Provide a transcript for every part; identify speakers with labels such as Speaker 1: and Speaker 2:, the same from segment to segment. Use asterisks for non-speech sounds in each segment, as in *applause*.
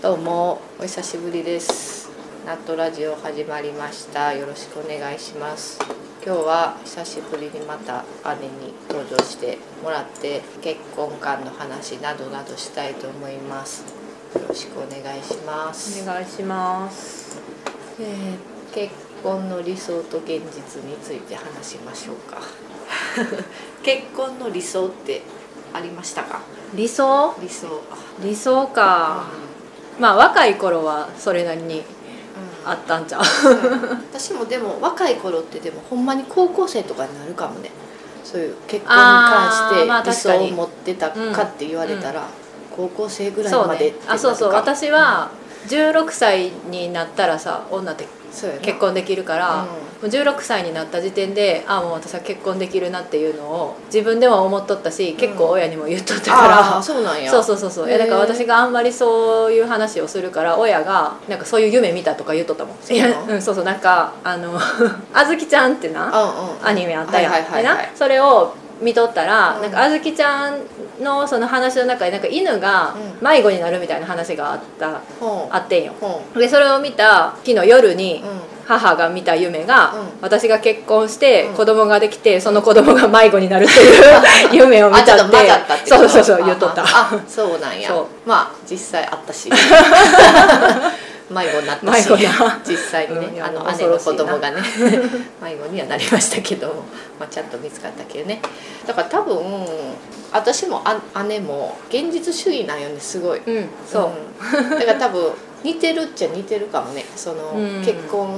Speaker 1: どうもお久しぶりですナットラジオ始まりましたよろしくお願いします今日は久しぶりにまた姉に登場してもらって結婚観の話などなどしたいと思いますよろしくお願いします
Speaker 2: お願いします
Speaker 1: えー結婚の理想と現実について話しましょうか *laughs* 結婚の理想ってありましたか
Speaker 2: 理想
Speaker 1: 理想
Speaker 2: 理想かまあ若い頃はそれなりに
Speaker 1: うん
Speaker 2: あったんちゃう
Speaker 1: 私もでも若い頃ってでもほんまに高校生とかになるかもねそういう結婚に関
Speaker 2: あーまあ
Speaker 1: し
Speaker 2: 確
Speaker 1: て理
Speaker 2: か
Speaker 1: 想
Speaker 2: に
Speaker 1: を持ってたかって言われたら、高校生 *laughs* ぐらい
Speaker 2: そう
Speaker 1: までっ
Speaker 2: ね
Speaker 1: てなるか
Speaker 2: あそうそう私は16歳になったらさ女って
Speaker 1: そうやな
Speaker 2: 結婚できるから、
Speaker 1: うん
Speaker 2: もう16歳になった時点でああもう私は結婚できるなっていうのを自分でも思っとったし結構親にも言っとったから、
Speaker 1: あーそうなんや
Speaker 2: そうそうそうそうい
Speaker 1: へ
Speaker 2: や
Speaker 1: ー
Speaker 2: だから私があんまりそういう話をするから親がなんかそういう夢見たとか言っとったもん
Speaker 1: そうなの
Speaker 2: いや *laughs* うん、そうそうなんかあの *laughs* あずきちゃんって
Speaker 1: う
Speaker 2: な
Speaker 1: んうん
Speaker 2: アニメあったやん、
Speaker 1: はいはいはいはい
Speaker 2: でなそれを見とったら、
Speaker 1: うん
Speaker 2: なんかあずきちゃんのその話の中でなんか犬が
Speaker 1: うん
Speaker 2: 迷子になるみたいな話があった、
Speaker 1: ほう
Speaker 2: あってんよ
Speaker 1: ほ
Speaker 2: でそれを見た昨日夜に、
Speaker 1: ううん
Speaker 2: 母が見た夢が、
Speaker 1: うん
Speaker 2: 私が結婚して
Speaker 1: うん
Speaker 2: 子供ができて、その子供が迷子になるって
Speaker 1: *laughs*
Speaker 2: いう夢を見
Speaker 1: あ
Speaker 2: ち
Speaker 1: ちょっ
Speaker 2: ゃ
Speaker 1: と
Speaker 2: っ
Speaker 1: 混
Speaker 2: て
Speaker 1: ざったってこ
Speaker 2: そう
Speaker 1: と
Speaker 2: そうそう言っとった
Speaker 1: ああそうなんや
Speaker 2: そう
Speaker 1: まあ実際あ
Speaker 2: *laughs*
Speaker 1: ったし迷子になったし
Speaker 2: 迷子な
Speaker 1: 実際にね、
Speaker 2: うんいや
Speaker 1: あの姉
Speaker 2: 恐
Speaker 1: の
Speaker 2: ろしい
Speaker 1: 子
Speaker 2: な
Speaker 1: 供がね *laughs* 迷子にはなりましたけども、まあ、ちゃんと見つかったけどねだから多分私もあ姉も現実主義なんよねすごい
Speaker 2: うんそう、
Speaker 1: うん、だから多分似てるっちゃ似てるかもねその、
Speaker 2: うん
Speaker 1: 結婚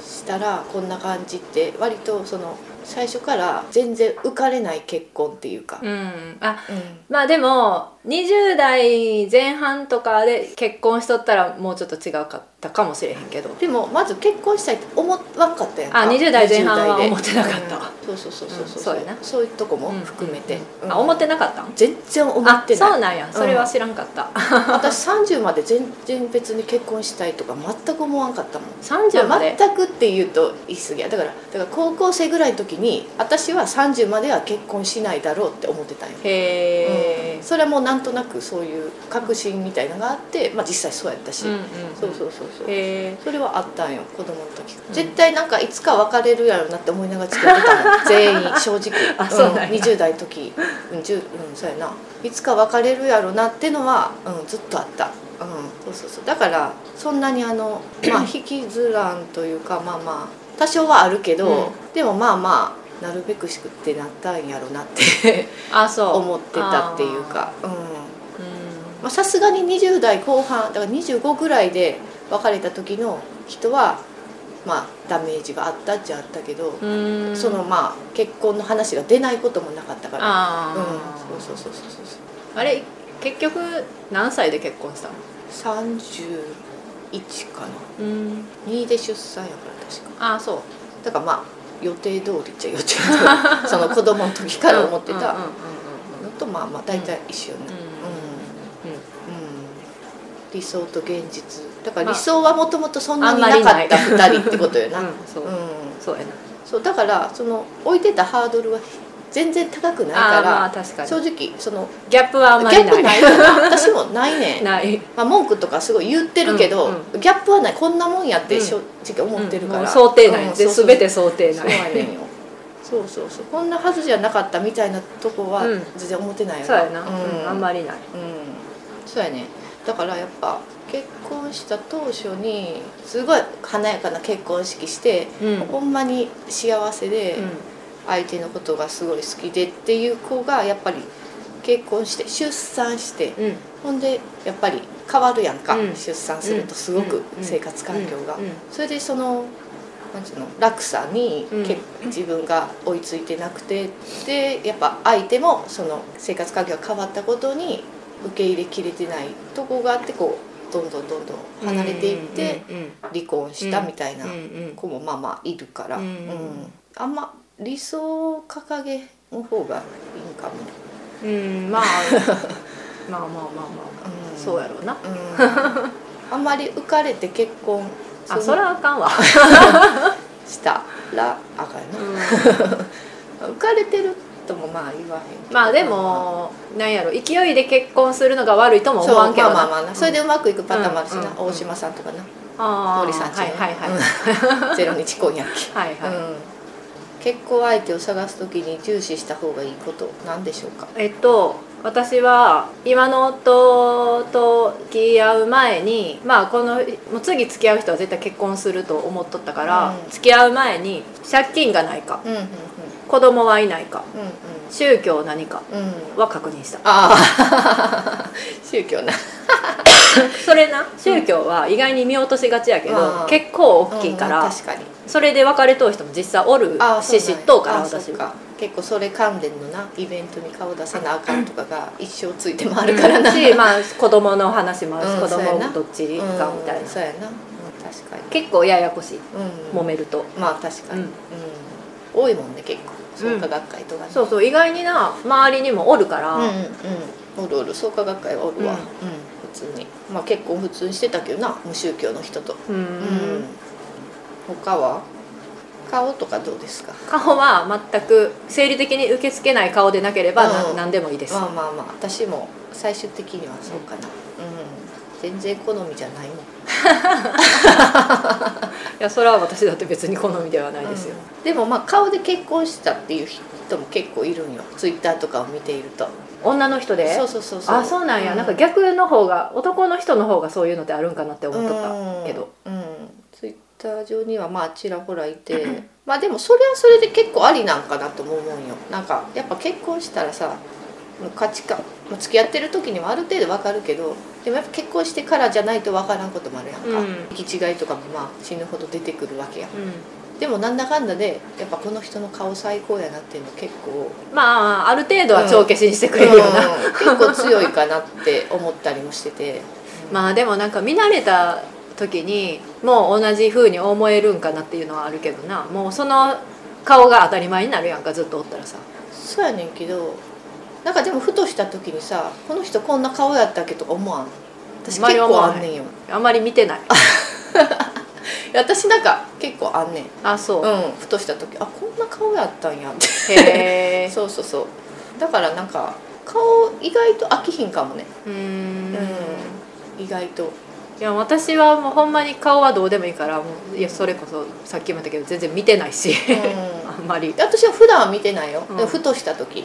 Speaker 1: したらこんな感じって割とその最初から全然浮かれない結婚っていうか、
Speaker 2: うん、あ
Speaker 1: うん
Speaker 2: まあでも20代前半とかで結婚しとったらもうちょっと違うかったかもしれへんけど
Speaker 1: でもまず結婚したいって思わんかったやんか
Speaker 2: あ20代前半は思ってなかった
Speaker 1: うんそうそうそうそうそう,、
Speaker 2: うんそうやな
Speaker 1: そういうとこも含めて、うん
Speaker 2: あ思ってなかったん
Speaker 1: 全然思って
Speaker 2: あ
Speaker 1: な
Speaker 2: そう
Speaker 1: い
Speaker 2: なんやそれは知らんかった、
Speaker 1: *laughs* 私30まで全然別に結婚したいとか全く思わんかったもん
Speaker 2: 30まで、
Speaker 1: 全くって言うと言い過ぎやだからだから高校生ぐらいの時に私は30までは結婚しないだろうって思ってたんよ、
Speaker 2: へえ
Speaker 1: うん、それはもうなんとなくそういう確信みたいなのがあって、まあ、実際そうやったし、そうそうそうそう
Speaker 2: へえ
Speaker 1: それはあったんよ子供の時から、
Speaker 2: うん
Speaker 1: 絶対なんかいつか別れるやろなって思いながら付き合ってたの
Speaker 2: *laughs*
Speaker 1: 全員正直
Speaker 2: あそうなんや
Speaker 1: ん、20代の時、うん10うん、そうやないつか別れるやろなってのは、うん、ずっとあった、うん、そうそうそうだからそんなにあ
Speaker 2: *clears throat*
Speaker 1: の、まあ、引きずらんというかまあまあ多少はあるけど、でもまあまあなるべくしくってなったんやろなって *laughs*
Speaker 2: あそう
Speaker 1: 思ってたっていうかうん
Speaker 2: うん
Speaker 1: まあさすがに20代後半だから25ぐらいで別れた時の人はまあダメージがあったっちゃあったけど、
Speaker 2: うん
Speaker 1: そのまあ結婚の話が出ないこともなかったから
Speaker 2: あ
Speaker 1: う
Speaker 2: あ、
Speaker 1: んそうそうそうそうそうそう
Speaker 2: あれ結局何歳で結婚したの
Speaker 1: 31かな
Speaker 2: うん
Speaker 1: 2で出産やから確か
Speaker 2: ああそう
Speaker 1: だからまあ予定通りっちゃ予定通
Speaker 2: *laughs*
Speaker 1: りその子供の時から思って
Speaker 2: うんう
Speaker 1: た
Speaker 2: んうん
Speaker 1: のとまあまあ大体一緒になる、
Speaker 2: うんうんうん
Speaker 1: うんうん理想と現実だから
Speaker 2: ま
Speaker 1: 理
Speaker 2: あ
Speaker 1: 想はもともとそんなに
Speaker 2: あんま
Speaker 1: な
Speaker 2: り
Speaker 1: かった
Speaker 2: な
Speaker 1: 2人ってことよな、
Speaker 2: *laughs* うんそう
Speaker 1: うん
Speaker 2: そうやな
Speaker 1: そうだからその置いてたハードルは全然高くない
Speaker 2: あ
Speaker 1: か
Speaker 2: あまあ
Speaker 1: ら
Speaker 2: 確かに
Speaker 1: 正直その
Speaker 2: ギャップはあんま
Speaker 1: ギ
Speaker 2: り
Speaker 1: ャッ
Speaker 2: な
Speaker 1: プ
Speaker 2: い *laughs*
Speaker 1: ないから私もないねん、ま
Speaker 2: ない
Speaker 1: あ、文句とかすごい言ってるけど、
Speaker 2: うん
Speaker 1: ギャップはないこんなもんやって
Speaker 2: うん
Speaker 1: 正直思ってるから、
Speaker 2: うんもう想定内、
Speaker 1: うん
Speaker 2: で
Speaker 1: そうそう
Speaker 2: 全て想定内
Speaker 1: そうやねんよそうそうそうこんなはずじゃなかったみたいなとこは
Speaker 2: うん
Speaker 1: 全然思ってないよ
Speaker 2: そうやな、
Speaker 1: うん
Speaker 2: うんあんまりない
Speaker 1: うんそうやねだからやっぱ結婚した当初にすごい華やかな結婚式して、
Speaker 2: うん
Speaker 1: ほんまに幸せで、相手のことがすごい好きでっていう子がやっぱり結婚して出産して、
Speaker 2: うん
Speaker 1: ほんでやっぱり変わるやんか、
Speaker 2: うん
Speaker 1: 出産するとすご
Speaker 2: う
Speaker 1: く
Speaker 2: ん
Speaker 1: 生活環境が、
Speaker 2: うんうん
Speaker 1: それでそのなんていうの落差に、
Speaker 2: うん
Speaker 1: け自分が追いついてなくてでやっぱ相手もその生活環境が変わったことに受け入れきれてないとこがあってこうどんどんどんどん離れていって
Speaker 2: うんうん
Speaker 1: 離婚したみたいな
Speaker 2: うんうん
Speaker 1: 子もまあまあいるから、
Speaker 2: うん
Speaker 1: あんま理想を掲げの方がいいんかも、
Speaker 2: うんうんまあまあまあまあまあ、
Speaker 1: うん
Speaker 2: *laughs* そうやろうな
Speaker 1: うんあんまり浮かれて結婚す
Speaker 2: あ
Speaker 1: る
Speaker 2: そらあかんわ、
Speaker 1: したらあかんな、
Speaker 2: うん
Speaker 1: 浮かれてるともまあ言わへんけど
Speaker 2: まあでも、なんやろ勢いで結婚するのが悪いとも
Speaker 1: そ
Speaker 2: 思
Speaker 1: う
Speaker 2: わんけどな
Speaker 1: まあまあまあなそれでうまくいくパターンもあるしな、
Speaker 2: うんうんうん
Speaker 1: 大島さんとかな
Speaker 2: あー
Speaker 1: 森さんちの
Speaker 2: はいはいはい、
Speaker 1: うん *laughs* ゼロ日婚やっけ
Speaker 2: はいはい、
Speaker 1: うん、結婚相手を探す時に重視した方がいいことなんでしょうか
Speaker 2: えっと私は今の夫と付き合う前にまあこのもう次付き合う人は絶対結婚すると思っとったから、
Speaker 1: うん
Speaker 2: 付き合う前に借金がないか
Speaker 1: うんうんうん
Speaker 2: 子供はいないか
Speaker 1: う
Speaker 2: 宗教何か
Speaker 1: んうんうん
Speaker 2: は確認した
Speaker 1: ああ
Speaker 2: *laughs*
Speaker 1: 宗教な
Speaker 2: それな宗教は意外に見落としがちやけど、
Speaker 1: うん
Speaker 2: 結構大きいから、
Speaker 1: うん確かに
Speaker 2: それで別れとう人も実際おる
Speaker 1: ああ
Speaker 2: し
Speaker 1: そうなんや
Speaker 2: 嫉妬から
Speaker 1: ああ
Speaker 2: 私
Speaker 1: そっ
Speaker 2: は
Speaker 1: か。結構それ関連のなイベントに顔出さなあかんとかが一生ついて回るからな、
Speaker 2: し、まあ、子供の話もあるし、
Speaker 1: うん
Speaker 2: 子
Speaker 1: そうやな
Speaker 2: 供どっちかみたいな、
Speaker 1: うんそうやな、うん確かに
Speaker 2: 結構ややこしい、
Speaker 1: うん
Speaker 2: 揉めると
Speaker 1: まあ確かに、
Speaker 2: う
Speaker 1: うんん多いもんね結構創価学会とかね、
Speaker 2: そうそう意外にな周りにもおるから、
Speaker 1: うんうんうんおるおる創価学会はおるわ、
Speaker 2: うん
Speaker 1: うん普通にまあ結婚普通にしてたけどな無宗教の人と
Speaker 2: うん
Speaker 1: うん他は顔とかどうですか
Speaker 2: 顔は全く生理的に受け付けない顔でなければな、
Speaker 1: うん
Speaker 2: 何でもいいです、
Speaker 1: まあまあまあ私も最終的にはそうかなうん全然好みじゃないもん
Speaker 2: いやそれは私だって別に好みではないですよ、
Speaker 1: うんでもまあ顔で結婚したっていう人も結構いるんよツイッターとかを見ていると
Speaker 2: 女の人で
Speaker 1: そうそうそうそう
Speaker 2: あそうなんや、なんか逆の方が男の人の方がそういうのってあるんかなって思っとったけど、
Speaker 1: うん、ツイッター上にはまあちらほらいて *coughs* まあでもそれはそれで結構ありなんかなとも思うんよなんかやっぱ結婚したらさもう価値観もう付き合ってる時にはある程度わかるけどでもやっぱ結婚してからじゃないとわからんこともあるやんか、
Speaker 2: うん
Speaker 1: 行き違いとかもまあ死ぬほど出てくるわけやん
Speaker 2: うん
Speaker 1: でもなんだかんだでやっぱこの人の顔最高やなっていうの結構
Speaker 2: まあある程度は帳消しにしてくれるような、
Speaker 1: うん結構強いかなって思ったりもしてて
Speaker 2: まあでもなんか見慣れた時にもう同じ風に思えるんかなっていうのはあるけどなもうその顔が当たり前になるやんかずっとおったらさ
Speaker 1: そうやねんけどなんかでもふとした時にさこの人こんな顔やったっけとか思わん私
Speaker 2: まり
Speaker 1: 結
Speaker 2: 思
Speaker 1: 構
Speaker 2: わ
Speaker 1: あ
Speaker 2: へん
Speaker 1: んねんよ
Speaker 2: あんまり見て *laughs* ない
Speaker 1: いや私なんか結構あんねん
Speaker 2: あそう、
Speaker 1: うんふとした時あこんな顔やったんやって
Speaker 2: へえ
Speaker 1: *laughs* そうそうそうだからなんか顔意外と飽きひんかもね
Speaker 2: うーん
Speaker 1: 意外 *laughs* と
Speaker 2: いや私はもうほんまに顔はどうでもいいからもういやそれこそさっきも言ったけど全然見てないし、
Speaker 1: うん
Speaker 2: *laughs* あんまり
Speaker 1: 私は普段は見てないよ、
Speaker 2: うん
Speaker 1: でもふとした時
Speaker 2: う
Speaker 1: う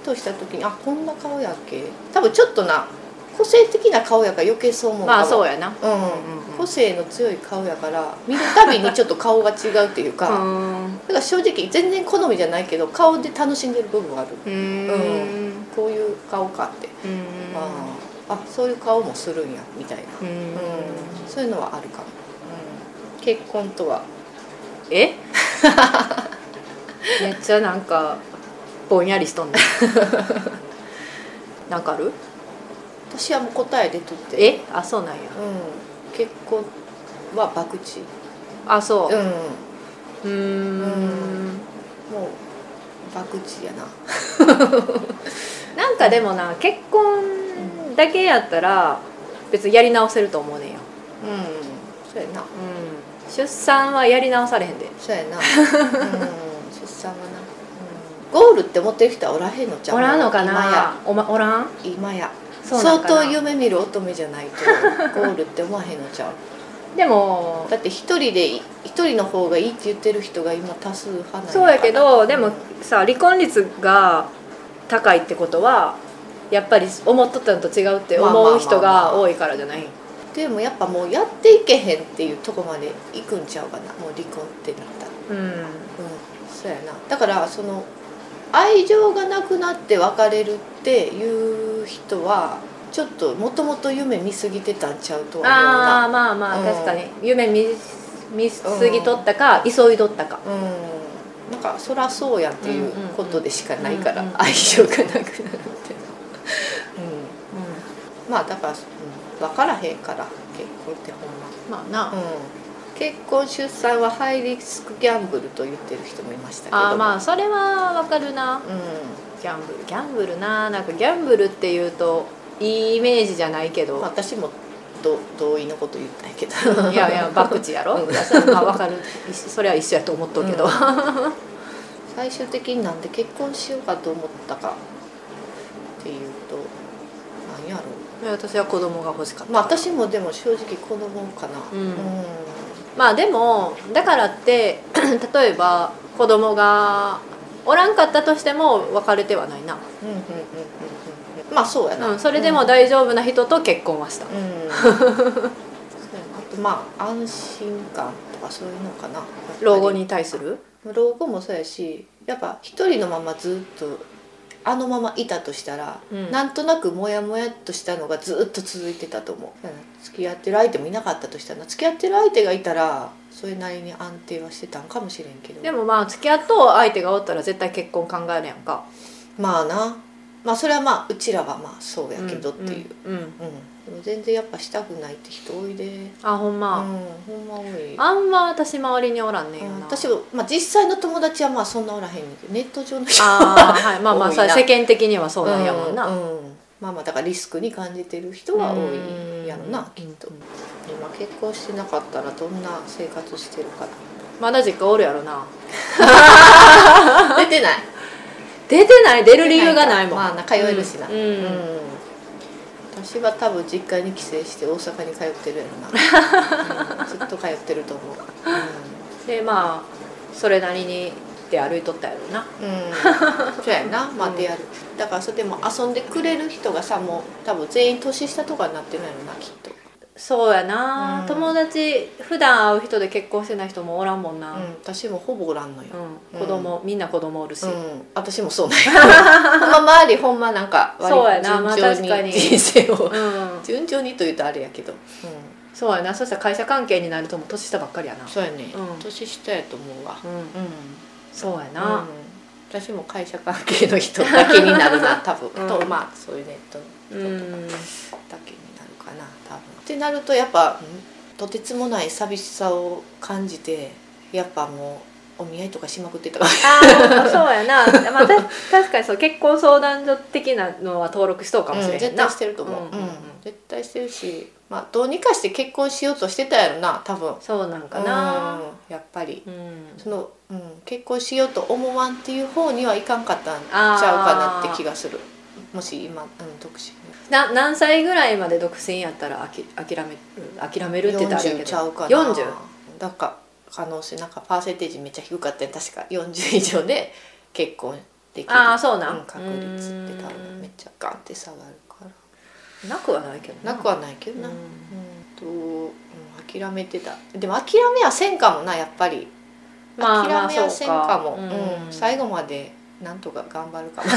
Speaker 1: ふとした時にあこんな顔やっけ多分ちょっとな個性的な顔やから余計そう思うかも
Speaker 2: まあそうやな
Speaker 1: うん
Speaker 2: うんうん
Speaker 1: 個性の強い顔やから見るたびにちょっと顔が違うっていう
Speaker 2: う
Speaker 1: か、だ
Speaker 2: ーん
Speaker 1: から正直全然好みじゃないけど顔で楽しんでる部分はある
Speaker 2: うーん
Speaker 1: うこういう顔かって、
Speaker 2: うーん
Speaker 1: あーあそういう顔もするんやみたいな、
Speaker 2: うーん
Speaker 1: うんそういうのはあるかも、うん結婚とは
Speaker 2: *laughs* えめっちゃなんかぼんやりしとんね *laughs* なんかある
Speaker 1: 私はもう答え出とって
Speaker 2: えあそうなんや
Speaker 1: うん、結婚は博打
Speaker 2: あそううんうー
Speaker 1: う
Speaker 2: ん
Speaker 1: んもう博打やな
Speaker 2: なんかでもな結婚だけやったら別にやり直せると思うねんよ、
Speaker 1: うんそうやな
Speaker 2: うん、出産はやり直されへんで
Speaker 1: そうやな、うん、出産はな、うん、ゴールって思ってる人はおらへんのちゃう
Speaker 2: おらんのか
Speaker 1: 今や
Speaker 2: なお,、ま、おらん
Speaker 1: 今や
Speaker 2: そうな
Speaker 1: 相
Speaker 2: んかな
Speaker 1: 当夢見る乙女じゃないとゴールって思わへんのちゃう
Speaker 2: でも
Speaker 1: だって一人でい一人の方がいいって言ってる人が今多数派なんから
Speaker 2: そうやけどでもさ離婚率が高いってことはやっぱり思っとったのと違うって
Speaker 1: まあまあ
Speaker 2: 思
Speaker 1: まあ
Speaker 2: う人が多いからじゃない
Speaker 1: でもやっぱもうやっていけへんっていうとこまでいくんちゃうかなもう離婚ってなったら
Speaker 2: うん
Speaker 1: うんそうやなだからその愛情がなくなって別れるっていう人はちょっともともと夢見すぎてたんちゃうと
Speaker 2: あ
Speaker 1: は
Speaker 2: あまあまあ
Speaker 1: うん
Speaker 2: 確かに夢見見すぎとったか急いどったか
Speaker 1: 思うなうんなんかそらそうやっていうことでしかないから、
Speaker 2: うんうんうん
Speaker 1: 愛情がなくなるっていうのはうんまあだから、うん、分からへんから結婚ってほんま
Speaker 2: まあな
Speaker 1: うん、結婚出産はハイリスクギャンブルと言ってる人もいましたけど
Speaker 2: あーまあそれはわかるな
Speaker 1: う
Speaker 2: ギャンブルギャンブルななんかギャンブルっていうといいイメージじゃないけ *laughs*
Speaker 1: ん、
Speaker 2: ど
Speaker 1: 私もど同意のこと言ったんやけど
Speaker 2: い
Speaker 1: *laughs*
Speaker 2: *laughs* やいや博打やろいやそれはまあわかる一緒それは一緒やと思っとうけど、
Speaker 1: うん最終的になんで結婚しようかと思ったかっていうとなんやろ
Speaker 2: で私は子供が欲しかっ
Speaker 1: う
Speaker 2: た
Speaker 1: まあ私もでも正直子供かな
Speaker 2: うんまあでもだからって *clears throat* 例えば子供がおらんかったとしても別れてはないな、
Speaker 1: うんうんうんうんうんうんまあそうやな、
Speaker 2: うん、それでも
Speaker 1: だ
Speaker 2: 大丈夫な人と結婚はした、
Speaker 1: うん、そうやなあとまあ安心感とかそういうのかな
Speaker 2: 老後に対する
Speaker 1: 老後もそうやしやっぱ一人のままずっとあのままいたとしたら、
Speaker 2: うん
Speaker 1: なんとなくモヤモヤっとしたのがずっと続いてたと思ううん付き合ってる相手もいなかったとしたら付き合ってる相手がいたらそれなりに安定はしてたんかもしれんけど
Speaker 2: でもまあ付き合っとう相手がおったら絶対結婚考えるやんか
Speaker 1: まあなまあそれはまあうちらはまあそうやけどっていう、
Speaker 2: うん、うんうん
Speaker 1: うんでも全然やっぱしたくないって人多いで
Speaker 2: あほん
Speaker 1: うん
Speaker 2: ま、
Speaker 1: ほんま多い
Speaker 2: あんま私周りにおらんねんよ
Speaker 1: うん
Speaker 2: な
Speaker 1: 私は、まあ、実際の友達はまあそんなおらへんねんけどネット上の人
Speaker 2: ああ
Speaker 1: *laughs*
Speaker 2: はいまあまあ
Speaker 1: 多い
Speaker 2: さ
Speaker 1: な
Speaker 2: 世間的にはそうなんやもんな、
Speaker 1: ううんまあまあだからリスクに感じてる人は多いやろなきっと
Speaker 2: うん
Speaker 1: 今結婚してなかったらどんな生活してる
Speaker 2: *laughs*
Speaker 1: か
Speaker 2: まだ実家おるやろな
Speaker 1: な出てない
Speaker 2: 出てない出る理由がないもん
Speaker 1: まあ仲良いるしな
Speaker 2: うん
Speaker 1: う
Speaker 2: うん
Speaker 1: ん私は多分実家に帰省して大阪に通ってるやろ
Speaker 2: *laughs*
Speaker 1: な、うんずっと通ってると思う
Speaker 2: でまあそれなりにで歩いとったやろな
Speaker 1: うん、うんそうやなまあ
Speaker 2: うん
Speaker 1: 出歩くだからそれでも遊んでくれる人がさもう多分全員年下とかになってないのなきっと
Speaker 2: そうやな、
Speaker 1: うん
Speaker 2: 友達普段会う人で結婚してない人もおらんもんな、
Speaker 1: う
Speaker 2: うん
Speaker 1: ん私もほぼおらんのようん
Speaker 2: 子供みんな子供おるし、
Speaker 1: うん、私もそうなん
Speaker 2: *laughs*
Speaker 1: やほんま周りほんまなんか割
Speaker 2: そうやなまあ
Speaker 1: と順
Speaker 2: 確
Speaker 1: 調
Speaker 2: か
Speaker 1: に
Speaker 2: に
Speaker 1: 人生を
Speaker 2: うん
Speaker 1: 順調にというとあれやけど、
Speaker 2: そうやなそしたら会社関係になるともう年下ばっかりやな
Speaker 1: そうやね、
Speaker 2: うん
Speaker 1: 年下やと思うわ
Speaker 2: うん
Speaker 1: うん、
Speaker 2: そうや
Speaker 1: う
Speaker 2: な、
Speaker 1: ん、私も会社関係の人だけになる
Speaker 2: *laughs*
Speaker 1: な多分、
Speaker 2: うん
Speaker 1: とまあそういうネットの
Speaker 2: うん
Speaker 1: だけになるかな多分ってなるとやっぱうんとてつもない寂しさを感じてやっぱもうお見合いとかしまくってたから
Speaker 2: ああそうやな、まあ、た確かにそう結婚相談所的なのは登録しとうかもし
Speaker 1: う
Speaker 2: れ
Speaker 1: ん
Speaker 2: へん
Speaker 1: 絶
Speaker 2: な、
Speaker 1: 対してると思う、
Speaker 2: うんうんうん
Speaker 1: 絶対してるしまあどうにかして結婚しようとしてたやろな多分
Speaker 2: そうなんか
Speaker 1: う
Speaker 2: なん
Speaker 1: やっぱり
Speaker 2: うん
Speaker 1: その、うん、結婚しようと思わんっていう方にはいかんかったんち
Speaker 2: あー
Speaker 1: ゃうかなって気がするもし今、うん、独身
Speaker 2: な何歳ぐらいまで独身やったらあき諦める諦めるって言ったらあれやけ
Speaker 1: 40
Speaker 2: ど
Speaker 1: ちゃうかな
Speaker 2: 40?
Speaker 1: だから可能性なんかパーセンテージめっちゃ低かったよ確か40以上で結婚できる
Speaker 2: ああそうな、
Speaker 1: うんん、確率って多分めっちゃガンって下がるから
Speaker 2: うんなくはないけど
Speaker 1: なくはないけどな、
Speaker 2: うん
Speaker 1: うんと、うん、諦めてたでも諦めはせんかもなやっぱり、
Speaker 2: まあま
Speaker 1: 諦
Speaker 2: あ
Speaker 1: めはせんかも、
Speaker 2: そうか
Speaker 1: うん
Speaker 2: うん
Speaker 1: 最後までなんとか頑張るかも、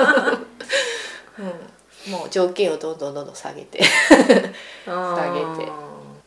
Speaker 2: *laughs*
Speaker 1: うん、もう条件をどんどんどんどん下げて
Speaker 2: あー
Speaker 1: 下げて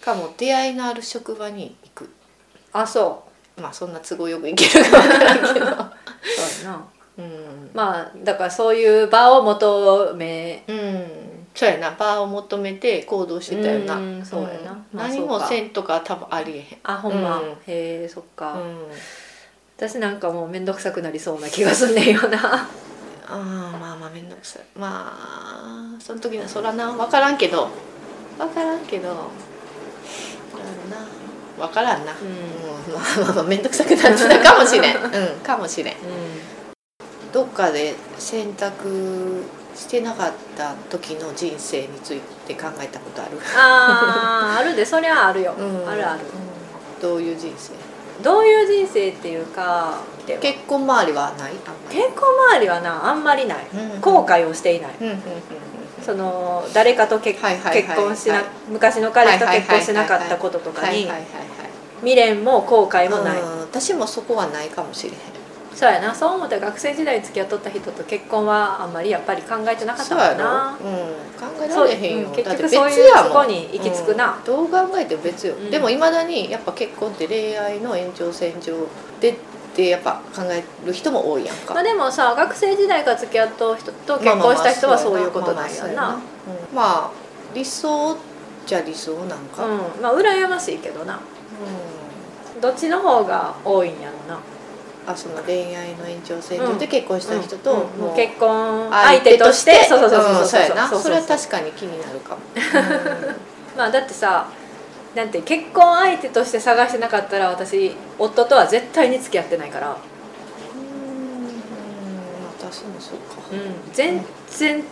Speaker 1: かも出会いのある職場に行く
Speaker 2: あそ
Speaker 1: まあそんな都合よく行けるかわからんけ
Speaker 2: *laughs*
Speaker 1: ど、
Speaker 2: うそうやな
Speaker 1: うん、
Speaker 2: まあだからそういう場を求め
Speaker 1: うん、そうやなバーを求めて行動してたよな、
Speaker 2: うんそうやなまあ
Speaker 1: 何も
Speaker 2: そうか
Speaker 1: せんとか多分ありえへん
Speaker 2: あほんま、
Speaker 1: うん
Speaker 2: へえそっか、
Speaker 1: うん
Speaker 2: 私なんかもう面倒くさくなりそうな気がすんねんよな
Speaker 1: あーまあまあ面倒くさいまあその時のそらな分からんけど分からんけど分からんな、
Speaker 2: う
Speaker 1: う
Speaker 2: ん
Speaker 1: んまあまあまあ面倒くさくなってたかもし *laughs* れん、うん、かもしれん
Speaker 2: う
Speaker 1: どっかで選択してなかった時の人生について考えたことある、
Speaker 2: んあああるでそりゃあるよ、あるある
Speaker 1: うんどういう人生
Speaker 2: どういう人生っていうか結
Speaker 1: 結婚周りはないあんまり
Speaker 2: 結婚周りはなあんまりない、
Speaker 1: うん
Speaker 2: 後悔をしていない、
Speaker 1: うんうんうん
Speaker 2: その誰かと結,、
Speaker 1: はいはいはいはい
Speaker 2: 結婚しな
Speaker 1: はい
Speaker 2: 昔の彼と結婚してなかったこととかに
Speaker 1: はいはいはいはい
Speaker 2: 未練も後悔もない、
Speaker 1: うん私もそこはないかもしれへん
Speaker 2: そうやなそう思ったら学生時代付き合っとった人と結婚はあんまりやっぱり考えてなかった
Speaker 1: そう
Speaker 2: もん
Speaker 1: や
Speaker 2: な
Speaker 1: ろ、うん、考えられへんよ、
Speaker 2: そううん
Speaker 1: だって
Speaker 2: 結局そういう
Speaker 1: 別やもん
Speaker 2: そこに行き着くな
Speaker 1: うんどう考えても別よ、
Speaker 2: うん
Speaker 1: でもいまだにやっぱ結婚って恋愛の延長線上でってやっぱ考える人も多いやんか、
Speaker 2: まあ、でもさ学生時代から付き合った人と結婚した人はそういうことなんやな、
Speaker 1: まあまあまあ理想じゃ理想なんか、うん
Speaker 2: うんまあ羨ましいけどなどっちの方が多いんやろな
Speaker 1: あその恋愛の延長線上で結婚した人と、
Speaker 2: うんも
Speaker 1: も
Speaker 2: う
Speaker 1: う
Speaker 2: 結婚相手としてそうそうそうそう
Speaker 1: うんそうやな
Speaker 2: そう
Speaker 1: そ
Speaker 2: そう
Speaker 1: れ
Speaker 2: そ
Speaker 1: は
Speaker 2: う
Speaker 1: 確かに気になる
Speaker 2: *laughs*
Speaker 1: かも、うん
Speaker 2: まあだってさなんて結婚相手として探してなかったら私夫とは絶対に付き合ってないから
Speaker 1: 私もそうか
Speaker 2: うん全然好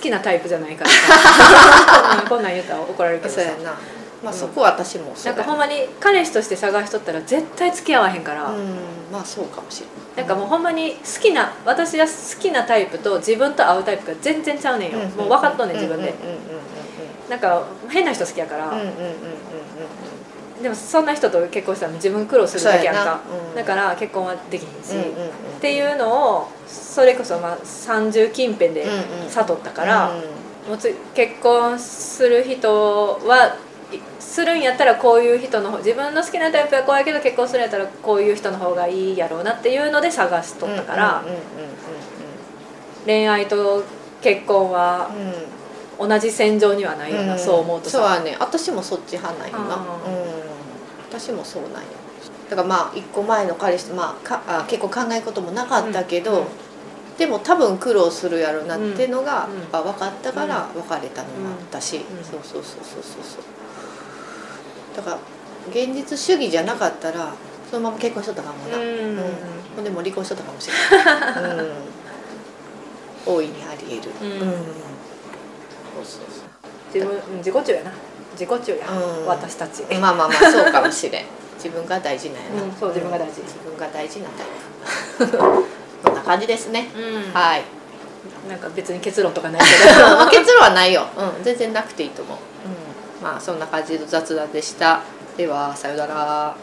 Speaker 2: きなタイプじゃないから *laughs* さこんなん言ったら怒られるけど
Speaker 1: そ
Speaker 2: さ
Speaker 1: うやなまあ
Speaker 2: うん
Speaker 1: そこは私もそ
Speaker 2: な
Speaker 1: うんだ
Speaker 2: か
Speaker 1: よ
Speaker 2: ほんまに彼氏として探しとったら絶対付き合わへんから、
Speaker 1: うんまあそうかもしれな
Speaker 2: ないんかもうほんまに好きな私が好きなタイプと自分と合うタイプが全然ちゃうねんよ、もう分かっとんねん自分で、
Speaker 1: うんうんうん
Speaker 2: なんか変な人好きやから、
Speaker 1: うんうんうんうんうんうん
Speaker 2: でもそんな人と結婚したら自分苦労するだけやんか
Speaker 1: そうやなうん
Speaker 2: だから結婚はできへんし、
Speaker 1: うんうんうん
Speaker 2: っていうのをそれこそまあ30近辺で
Speaker 1: うんうん
Speaker 2: 悟ったから、
Speaker 1: うん
Speaker 2: もうつ結婚する人はいするんやったらこういう人の方自分の好きなタイプはこうやけど結婚するんやったらこういう人の方がいいやろうなっていうので探しとったから、
Speaker 1: うんうんうん
Speaker 2: 恋愛と結婚は
Speaker 1: うんうんうん
Speaker 2: 同じ線上にはないような、
Speaker 1: ん
Speaker 2: そう思うと
Speaker 1: そう
Speaker 2: さ
Speaker 1: はね私もそっち派なんよな、う
Speaker 2: あー
Speaker 1: ん、私もそうなんよだからまあ一個前の彼氏と、まあ、かあ結構考えることもなかったけど、
Speaker 2: うんうん
Speaker 1: でも多分苦労するやろなっていうのが、
Speaker 2: うん
Speaker 1: やっぱ分かったから別れたのもあったし、
Speaker 2: んうん
Speaker 1: そうそうそうそうそうそうだから現実主義じゃなかったらそのまま結婚しとったかもな、
Speaker 2: うん
Speaker 1: ほんでもう離婚しとったかもしれない、うん、大いにあり得る、
Speaker 2: うん
Speaker 1: そうそうそう
Speaker 2: 自分うん自己中やな自己中や、
Speaker 1: うん
Speaker 2: 私たち、
Speaker 1: まあまあまあそうかもしれん *laughs* 自分が大事なんやな、
Speaker 2: うんそう自分が大事
Speaker 1: 自分が大事なタイプ *laughs* こんな感じですね、
Speaker 2: うん
Speaker 1: はい
Speaker 2: なんか別に結論とかないけど
Speaker 1: まあ結論はないよ、うん、全然なくていいと思う、うん、まあそんな感じの雑談でしたではさようなら